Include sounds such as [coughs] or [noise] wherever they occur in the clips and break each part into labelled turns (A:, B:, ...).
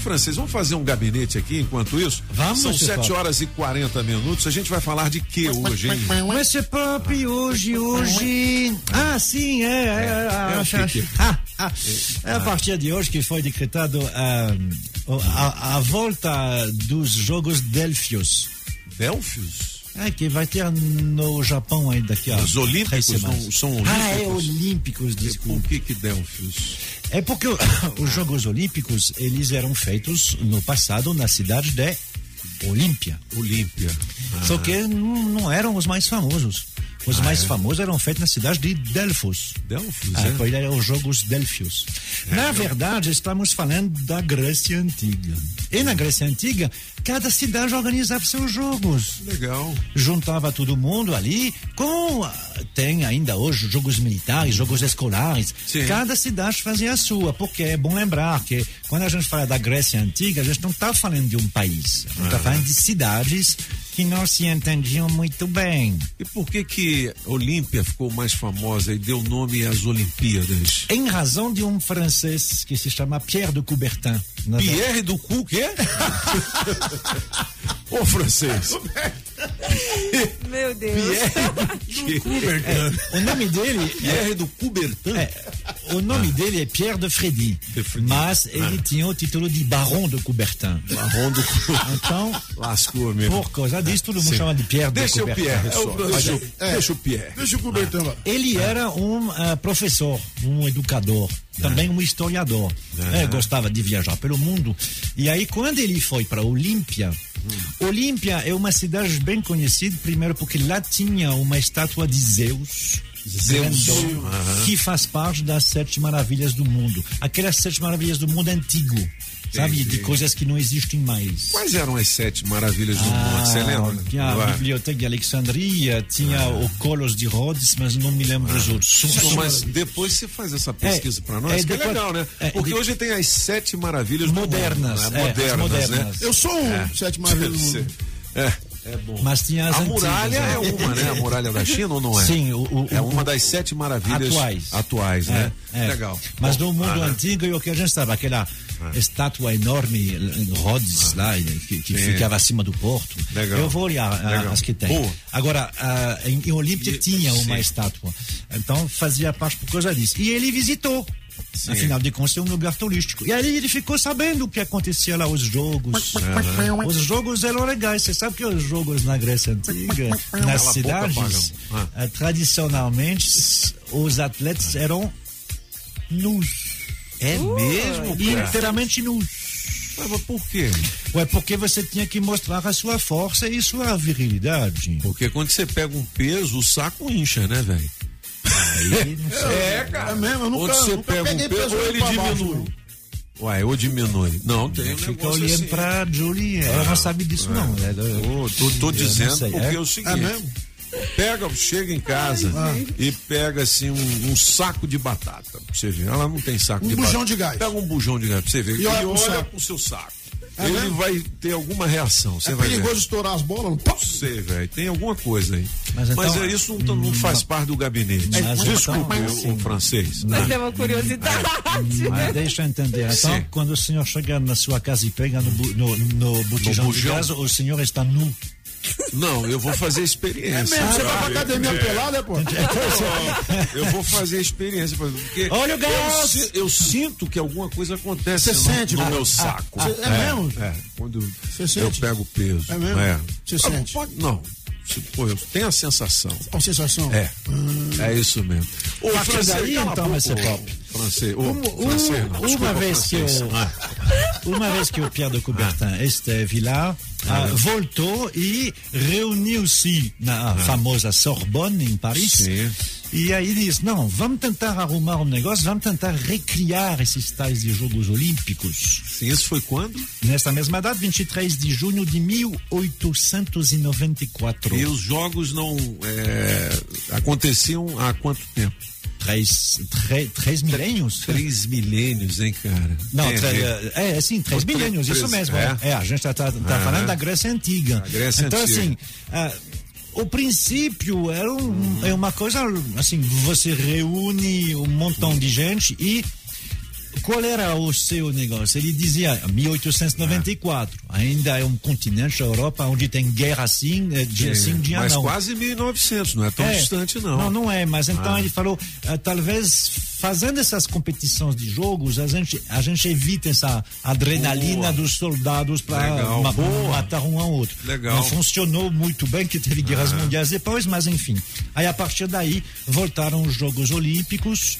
A: Francês, vamos fazer um gabinete aqui enquanto isso?
B: Vamos,
A: São
B: Chico.
A: 7 horas e 40 minutos. A gente vai falar de que hoje, hein?
B: Com esse é pop hoje, hoje. Ah, sim, é. é, é,
A: é o
B: acho-
A: que que-
B: acho- Ah, ah. É a partir de hoje que foi decretado ah, o- a, a volta dos Jogos Delfios.
A: Delfios?
B: É, que vai ter no Japão ainda daqui a
A: Os Olímpicos
B: três semanas.
A: não são
B: Ah, é
A: Olímpicos?
B: Olímpicos,
A: Por
B: desculpa.
A: que que Delfios?
B: É porque o- [coughs] os Jogos Olímpicos, eles eram feitos no passado na cidade de Olímpia.
A: Olímpia.
B: Só que não não eram os mais famosos. Os mais famosos eram feitos na cidade de Delfos.
A: Delfios,
B: Ah,
A: é?
B: pois eram os Jogos Delfios. na verdade, estamos falando da Grécia Antiga. E na Grécia Antiga, cada cidade organizava seus jogos
A: Legal.
B: juntava todo mundo ali com ah, tem ainda hoje jogos militares, jogos escolares.
A: Sim.
B: Cada cidade fazia a sua, porque é bom lembrar que quando a gente fala da Grécia antiga, a gente não está falando de um país, a gente está falando de cidades que não se entendiam muito bem.
A: E por que que Olímpia ficou mais famosa e deu nome às Olimpíadas?
B: Em razão de um francês que se chama Pierre de Coubertin. é na
A: Pierre do cu,
B: [laughs]
A: quê? Ô, francês.
C: Meu Deus.
A: Pierre do
B: verdade- O nome dele
A: É, [laughs] Pierre do Coubertin.
B: É, o nome dele é Pierre de Freddy,
A: Ah. De Freddy. Ah.
B: mas ele tinha o título de Barão de Coubertin. Barão de [laughs] Coubertin. Então,
A: Lascou mesmo.
B: por causa disso, todo mundo
A: Sim.
B: chama de Pierre de
A: Deixa o
B: Coubertin.
A: Pierre, É.
B: É
A: só.
B: o pro-
A: Deixa, o- deixa o Pierre.
D: Deixa então, o Coubertin lá.
B: Ele era um ah, professor, um educador,
A: É.
B: também um historiador. É, gostava de viajar pelo mundo. E aí, quando ele foi para Olímpia,
A: Hum.
B: Olímpia é uma cidade bem conhecida, primeiro porque lá tinha uma estátua de Zeus.
A: Zeus.
B: grandão, que faz parte das sete maravilhas do mundo. Aquelas sete maravilhas do mundo antigo, sabe?
A: Entendi.
B: De coisas que não existem mais.
A: Quais eram as sete maravilhas do mundo? Você lembra?
B: Tinha Ah, a
A: Ah, Vai.
B: biblioteca de Alexandria, tinha o Colos de Rhodes, mas não me lembro os outros. São-
A: Não,
B: são-
A: Mas depois você faz essa pesquisa
B: É,
A: pra nós,
B: é,
A: que
B: depois-
A: é legal, né?
B: é,
A: Porque
B: de-
A: hoje tem as sete maravilhas do mundo,
B: modernas,
A: né?
B: é, as
A: modernas, [laughs]
B: modernas.
A: né?
D: Eu sou o sétimo marido do mundo.
A: É, é bom.
B: Mas tinha as
A: a
B: antigas,
A: muralha
B: né?
A: é uma, né? A muralha da China ou não é?
B: Sim, o- o-
A: é
B: o-
A: uma das sete maravilhas
B: atuais.
A: atuais,
B: É,
A: né?
B: é.
A: Legal.
B: Mas
A: Bom, É.
B: no mundo
A: ah,
B: antigo, e o que a gente sabe, aquela estátua enorme em Rhodes, lá, e- que, que ficava acima do porto.
A: Ah. Legal.
B: Eu vou olhar ah,
A: Legal.
B: as que tem.
A: Boa.
B: Agora, ah, em, em Olímpia
A: E-
B: tinha uma
A: sim.
B: estátua. Então, fazia parte por causa disso. E ele visitou. Afinal de contas, é um lugar turístico. E aí ele ficou sabendo o que acontecia lá, os jogos.
A: é
B: Os jogos eram legais. Você sabe que os jogos na Grécia Antiga, nas
A: boca,
B: cidades,
A: Pagão.
B: ah, tradicionalmente, s- os atletas eram nus.
A: É mesmo, cara?
B: Inteiramente nus.
A: Mas por quê?
B: Ué, porque você tinha que mostrar a sua força e
A: [laughs]
B: sua virilidade.
A: Porque quando você pega um peso, o saco incha, né, velho?
B: Aí, não sei.
A: É, cara.
D: É mesmo, eu nunca,
A: Onde você
D: nunca
A: pega
D: peguei
A: um peso, ou
D: olhando
A: ele
D: pra baixo.
A: diminui. Uai, ou diminui. Não, tem um
B: É, Fica
A: negócio
B: olhando
A: assim.
B: pra Julie, ela não sabe disso não. Ela-
A: Ah, é. Ô, tô, tô
B: Eu
A: dizendo
B: não sei,
A: porque é,
B: é?
A: o seguinte.
D: É Ah. mesmo?
A: Pega, chega em casa e pega assim um, um saco de batata. Pra você ver. Ela não tem saco
D: Um
A: de
D: bujão
A: batata.
D: de gás.
A: Pega um bujão de gás pra você ver.
D: E olha pro
A: olha
D: saco.
A: pro seu saco.
D: É
A: Ele
D: mesmo?
A: vai ter alguma reação. Você
D: É
A: vai ver.
D: perigoso estourar as bolas.
A: Não sei, velho. Tem alguma coisa aí. Mas,
B: Mas então-
A: é isso não,
D: Hum.
A: não faz parte do gabinete.
B: Mas então,
A: Desculpa,
B: assim-
A: o francês.
C: Mas é uma curiosidade.
B: Mas deixa eu entender. Então,
A: Sim.
B: quando o senhor chega na sua casa e pega no, bu- no, no botijão de
A: bujão.
B: gás, o senhor está nu.
A: Não, eu vou fazer experiência.
D: É Você vai pra academia pelada, é, pô?
A: Eu vou fazer a experiência, porque
B: Olha
A: eu,
B: o gás!
A: si- eu sinto que alguma coisa acontece
D: Você
A: no,
D: sente,
A: no
D: cara?
A: meu saco.
D: Cê- é mesmo?
A: É, quando eu
D: sente?
A: pego peso.
D: É mesmo?
A: É.
D: Você
A: Ah,
D: sente?
A: pode- não, Se- pô, eu tenho a sensação.
D: Uma sensação.
A: É,
D: Ah.
A: é isso mesmo. Ô,
B: partir daí,
A: cala a
B: então,
A: boca,
B: vai ser
A: ô,
B: pop.
A: Francês, ô,
B: Um-
A: francês,
B: um-
A: não,
B: uma
A: desculpa,
B: vez que
A: francês.
B: eu-
A: Ah,
B: Uma vez que o Pierre de Coubertin esteve lá, ah, voltou e reuniu-se na famosa Sorbonne, em Paris.
A: Ah. Sim.
B: E aí disse, não, vamos tentar arrumar um negócio, vamos tentar recriar esses tais de Jogos Olímpicos.
A: Sim, isso foi quando?
B: Nesta mesma data, 23 de junho de 1894.
A: E os jogos não é, aconteciam há quanto tempo?
B: Três, tre- três milênios?
A: Três milênios, hein, cara?
B: Não,
A: Tem a
B: tre-
A: ver.
B: é, é, sim, três
A: Ou tre-
B: milênios, isso
A: três,
B: mesmo.
A: é.
B: É, É, a gente está falando da Grécia Antiga.
A: Grécia
B: então,
A: Antiga.
B: assim, ah, o princípio é, um- é uma coisa, assim, você reúne um montão de gente e Qual era o seu negócio? Ele dizia 1894. Ainda é um continente, a Europa, onde tem guerra assim, eh, dia sim, dia
A: Mas
B: não.
A: quase 1900, não é tão
B: É.
A: distante, não.
B: Não, não é, mas então ele falou, ah, talvez fazendo essas competições de jogos, a gente, a gente evita essa adrenalina
A: Boa.
B: dos soldados para
A: Legal. Boa.
B: matar um ao outro.
A: Legal.
B: Não funcionou muito bem, que teve guerras mundiais depois, mas enfim. Aí a partir daí voltaram os Jogos Olímpicos.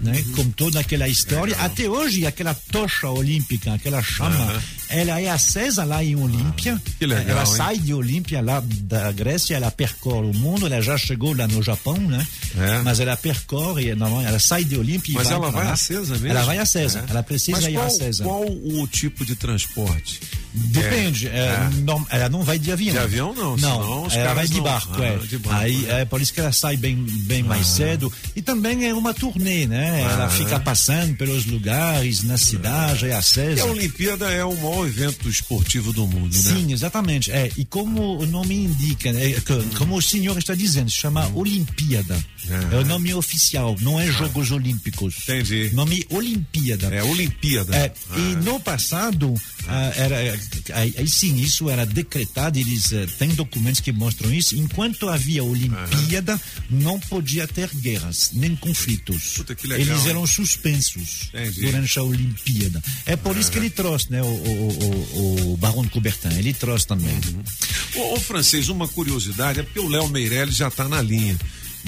B: Né,
A: Uhum.
B: com toda aquela história até hoje aquela tocha olímpica aquela chama ela é acesa lá em Olímpia
A: Ah, Que legal,
B: ela
A: hein?
B: sai de Olímpia lá da Grécia ela percorre o mundo ela já chegou lá no Japão né
A: É.
B: mas ela percorre e normalmente ela sai de Olímpia e
A: Mas ela
B: pra
A: vai
B: lá.
A: acesa mesmo?
B: ela vai acesa
A: É.
B: ela precisa
A: Mas
B: ir
A: qual,
B: acesa
A: qual o tipo de transporte?
B: Depende. é, norm- ela não vai de avião.
A: De avião, não, senão
B: Não,
A: os
B: ela
A: caras
B: vai de
A: não.
B: barco,
A: Ah,
B: é.
A: de barco, Ah.
B: Aí é por isso que ela sai bem, bem mais cedo. E também é uma turnê, né? ela
A: é.
B: fica passando pelos lugares, na cidade, é
A: E
B: acesa.
A: a Olimpíada é o maior evento esportivo do mundo, né?
B: Sim, exatamente. É, e como o nome indica, é, que- como o senhor está dizendo, se chama Olimpíada. É o nome oficial, não é Jogos Olímpicos.
A: Tá. Entendi.
B: Nome Olimpíada.
A: É Olimpíada.
B: É, E no passado, ah, era, aí, aí sim, isso era decretado, eles eh, têm documentos que mostram isso. Enquanto havia Olimpíada, não podia ter guerras, nem conflitos.
A: Puta, que legal,
B: eles
A: hein?
B: eram suspensos
A: Entendi.
B: durante a Olimpíada. É por isso que ele trouxe, né, o, o, o- o Barão de Coubertin, ele trouxe também.
A: Uhum. Ô, ô, francês, uma curiosidade, é porque o Léo Meirelles já está na linha.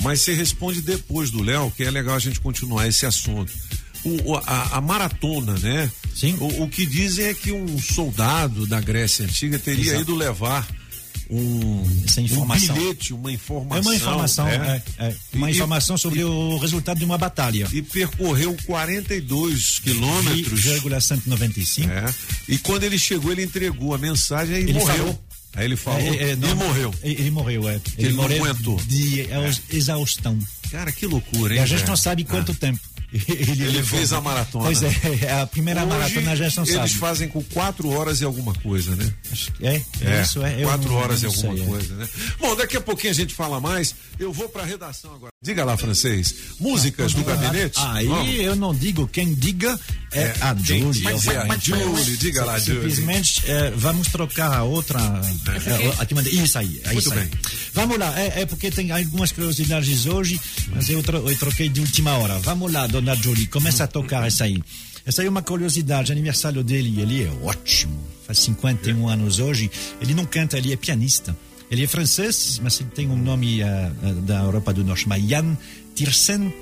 A: Mas você responde depois do Léo, que é legal a gente continuar esse assunto. O- o- a, a maratona, né?
B: Sim.
A: O, o que dizem é que um soldado da Grécia Antiga teria
B: Exato.
A: ido levar um,
B: Essa
A: um
B: informação.
A: bilhete, uma informação.
B: É uma informação,
A: né?
B: é, é, uma
A: E-
B: informação sobre o resultado de uma batalha.
A: E percorreu 42 quilômetros.
B: 1,195.
A: É. E quando ele chegou, ele entregou a mensagem e
B: Ele
A: morreu.
B: falou.
A: Aí ele falou
B: É, é, é, não,
A: e morreu.
B: Ele, ele morreu, é.
A: ele não aguentou.
B: De ex- exaustão.
A: Cara, que loucura,
B: E
A: hein?
B: a gente
A: velho?
B: não sabe quanto tempo. [laughs] Ele, levou.
A: É. fez a maratona.
B: Pois é, [laughs] a primeira
A: Hoje,
B: maratona a gente não
A: eles
B: sabe.
A: fazem com quatro horas e alguma coisa, né?
B: É, é, isso é. eu
A: Quatro
B: não-
A: horas e
B: não
A: alguma
B: sei, é.
A: coisa, né? Bom, daqui a pouquinho a gente fala mais. Eu vou pra redação agora. Diga lá, francês. Músicas do gabinete?
B: Ah, Aí
A: Vamos.
B: eu não digo, quem diga é,
A: É,
B: a
A: quem
B: Julie.
A: diz é a
B: obviamente.
A: Julie, diga lá, Julie.
B: Simplesmente eh, vamos trocar a outra. eh, a que manda- isso aí. é
A: É. Muito
B: isso aí.
A: bem.
B: Vamos lá, é, é porque tem algumas curiosidades hoje, mas eu, tro- eu troquei de última hora. Vamos lá, dona Julie, começa a tocar essa aí. Essa aí é uma curiosidade, aniversário dele, ele é ótimo, faz 51
A: É.
B: anos hoje. Ele não canta, ele é pianista. Ele é francês, mas ele tem um nome ah, ah, da Europa do Norte, chama Jan Tiersen.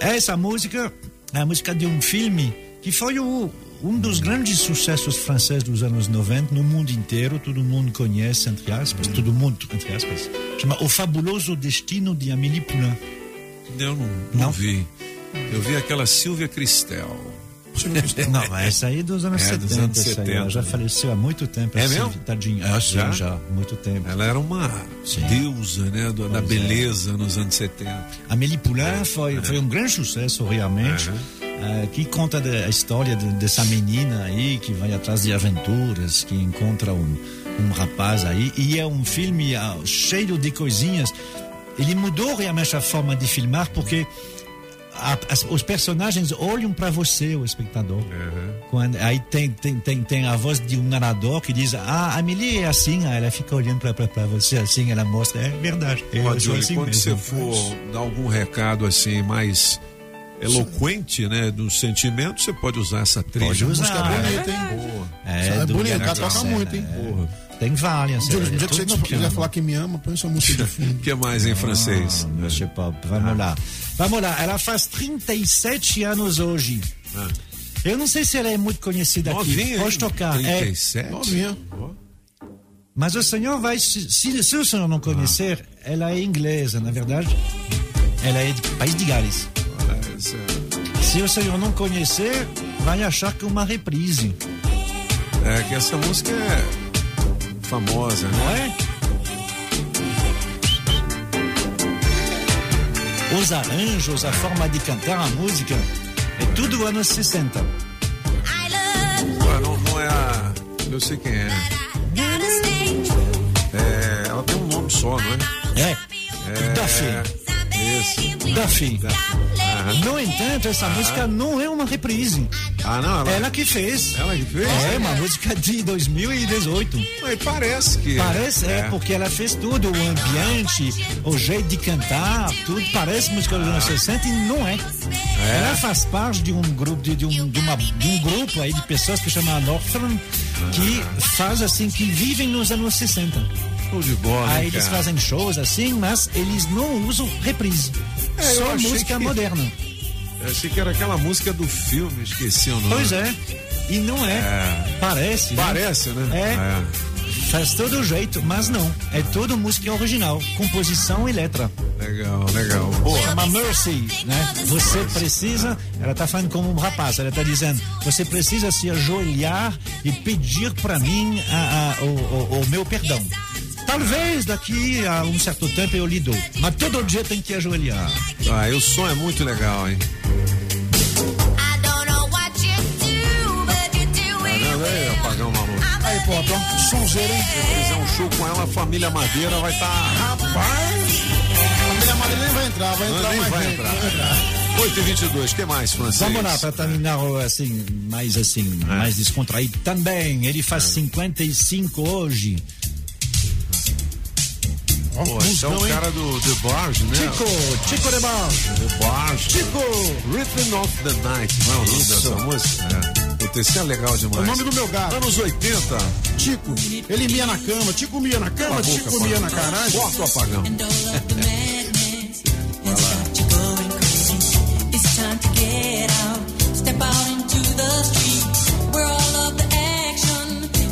B: Essa música é a música de um filme que foi o- um dos grandes sucessos franceses dos anos 90 no mundo inteiro. Todo mundo conhece, entre aspas, todo mundo, entre aspas. Chama O Fabuloso Destino de Amélie Poulain.
A: Eu não, não
B: Não?
A: vi. Eu vi aquela Silvia Cristel.
B: Não, mas essa aí é dos anos
A: É,
B: 70.
A: dos anos
B: essa aí,
A: 70,
B: ela já
A: né?
B: faleceu há muito tempo.
A: É
B: assim,
A: mesmo?
B: Tadinha. Ah, sim,
A: Já? É
B: já? há muito tempo.
A: Ela era uma
B: Sim. é.
A: deusa, né? do- da beleza nos anos 70.
B: Amélie Poulain foi, foi um grande sucesso realmente. eh, que conta de- a história de- dessa menina aí que vai atrás de aventuras, que encontra um, um rapaz aí. E é um filme ah, cheio de coisinhas. Ele mudou realmente a forma de filmar porque a- as- os personagens olham para você, o espectador.
A: Uhum.
B: Quando, aí tem, tem, tem, tem a voz de um narrador que diz: Ah, a Amélie é assim. Aí ela fica olhando para você assim, ela mostra. É verdade. eu
A: Ó,
B: sou
A: Johnny,
B: assim
A: quando
B: mesmo."
A: você for dar algum recado assim mais eloquente, né, do sentimento, você pode usar essa trilha.
B: Pode usar.
D: Música
A: é
B: Ah,
D: bonita, hein?
A: Boa.
D: Essa é
B: do
D: bonita,
B: Guilherme
D: toca
B: Tocena,
D: muito, hein?
B: é.
A: Porra.
B: Tem várias. é,
D: Do jeito que você
B: tudo no
D: quiser
B: piano.
D: falar que me ama, põe essa música
A: [laughs]
D: de fundo.
A: O que mais em francês?
B: Ah, Monsieur Pop,
D: Uhum.
B: vamos lá. Vamos lá, ela faz 37 anos hoje. Eu não sei se ela é muito conhecida aqui.
A: Novinha,
B: Pode
A: hein?
B: tocar. É,
A: 37?
D: Novinha.
A: Ó.
B: mas o senhor vai. Se, se- se o senhor não conhecer,
D: Ah.
B: ela é inglesa, na verdade. Ela é de País de Gales.
A: Olha, essa-
B: Se o senhor não conhecer, vai achar que é uma reprise.
A: É que essa música é famosa, né?
B: Não é? Os arranjos, a forma de cantar a música, é tudo anos 60.
A: Ah, Não, não é a. Eu sei quem é. É, Ela tem um nome só, não é?
B: É. Duffy.
A: Isso.
B: Duffy.
A: Aham.
B: Ah. No entanto, essa música não é uma reprise.
A: Ah, não, ela-
B: Ela que fez.
A: Ela que fez?
B: É uma música de 2018.
A: Mas parece que.
B: Parece, é. porque ela fez tudo, o ambiente, o jeito de cantar, tudo parece música dos anos 60 e não é. Ela faz parte de um grupo, de, de um, de, uma- de um grupo aí de pessoas que chama Northern, que faz assim, que vivem nos anos 60.
A: Show de bola.
B: Aí
A: hein,
B: eles
A: cara?
B: fazem shows assim, mas eles não usam reprise.
A: É, eu
B: Só
A: achei
B: música
A: que-
B: moderna.
A: Eu achei que era aquela música do filme, esqueci o nome.
B: Pois é. E não é. Parece. né?
A: Parece, né?
B: É. Faz todo jeito, mas não. É toda música original, composição e letra.
A: É, Legal, legal. Boa.
B: Chama Mercy, né? Você precisa, ela tá falando como um rapaz, ela tá dizendo, você precisa se ajoelhar e pedir para mim a- a- o, o- o meu perdão. Talvez daqui a um certo tempo eu lhe dou, mas todo dia tem que ajoelhar.
A: Ah, e o som é muito legal, hein? Tá Vendo aí, apagão maluco?
B: Aí, pô, pronto, sonzeiro, hein?
A: Fizer um show com ela, a família Madeira vai estar. Rapaz!
D: Família Madeira nem vai entrar, vai entrar
A: Nem
D: mais
A: vai
D: gente.
A: entrar. 8h22, que mais, Francisco?
B: né, Vamos lá, para terminar ó, assim, mais
A: É.
B: assim, mais descontraído também. Ele faz 55 hoje.
A: Pô, esse é
B: Não,
A: o
B: hein?
A: cara do The Barge, né?
B: Chico, Chico de Barge.
A: The Barge.
B: Chico!
A: Rhythm of the Night, não é o nome dessa música? É. Puta, esse é legal demais.
D: O nome do meu gato,
A: Anos 80.
D: Tico. Ele mia na cama, Tico mia na cama,
A: Cala a boca,
D: Tico mia na caragem.
A: Bota o apagão.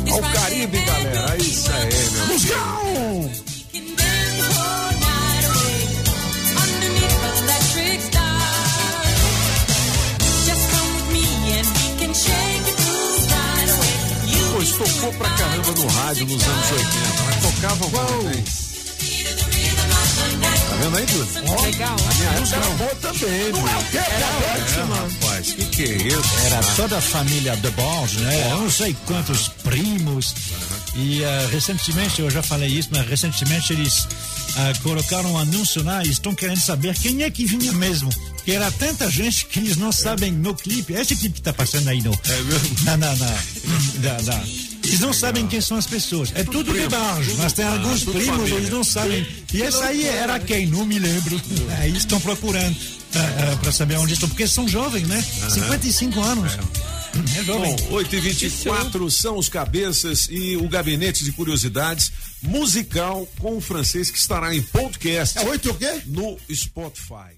A: Olha o Caribe, galera. É isso aí, meu.
D: Buscão!
A: Pois tocou pra caramba no rádio nos anos 80, mas tocava mal, hein? Tá vendo aí, Dudu?
C: Legal.
A: Era bom também, Não é o que? Era ótimo. Rapaz, que que é isso?
B: Era toda a família de Borges, né? Eu não sei quantos primos. E ah, recentemente, eu já falei isso, mas recentemente eles ah, colocaram um anúncio lá e estão querendo saber quem é que vinha mesmo. Porque era tanta gente que eles não sabem no clipe. Esse clipe que tá passando aí, não. É
A: mesmo?
B: Na, na, na, da- da- Eles não sabem quem são as pessoas. É tudo de Borges, mas tem alguns
A: Ah, tudo
B: primos,
A: família.
B: eles não sabem. E essa aí era quem? Não me lembro. Aí eles estão procurando para saber onde estão, porque são jovens, né? 55 anos. É jovem.
A: Bom, 8h24 são os cabeças e o gabinete de curiosidades musical com o francês que estará em podcast
D: É oito o quê?
A: no Spotify.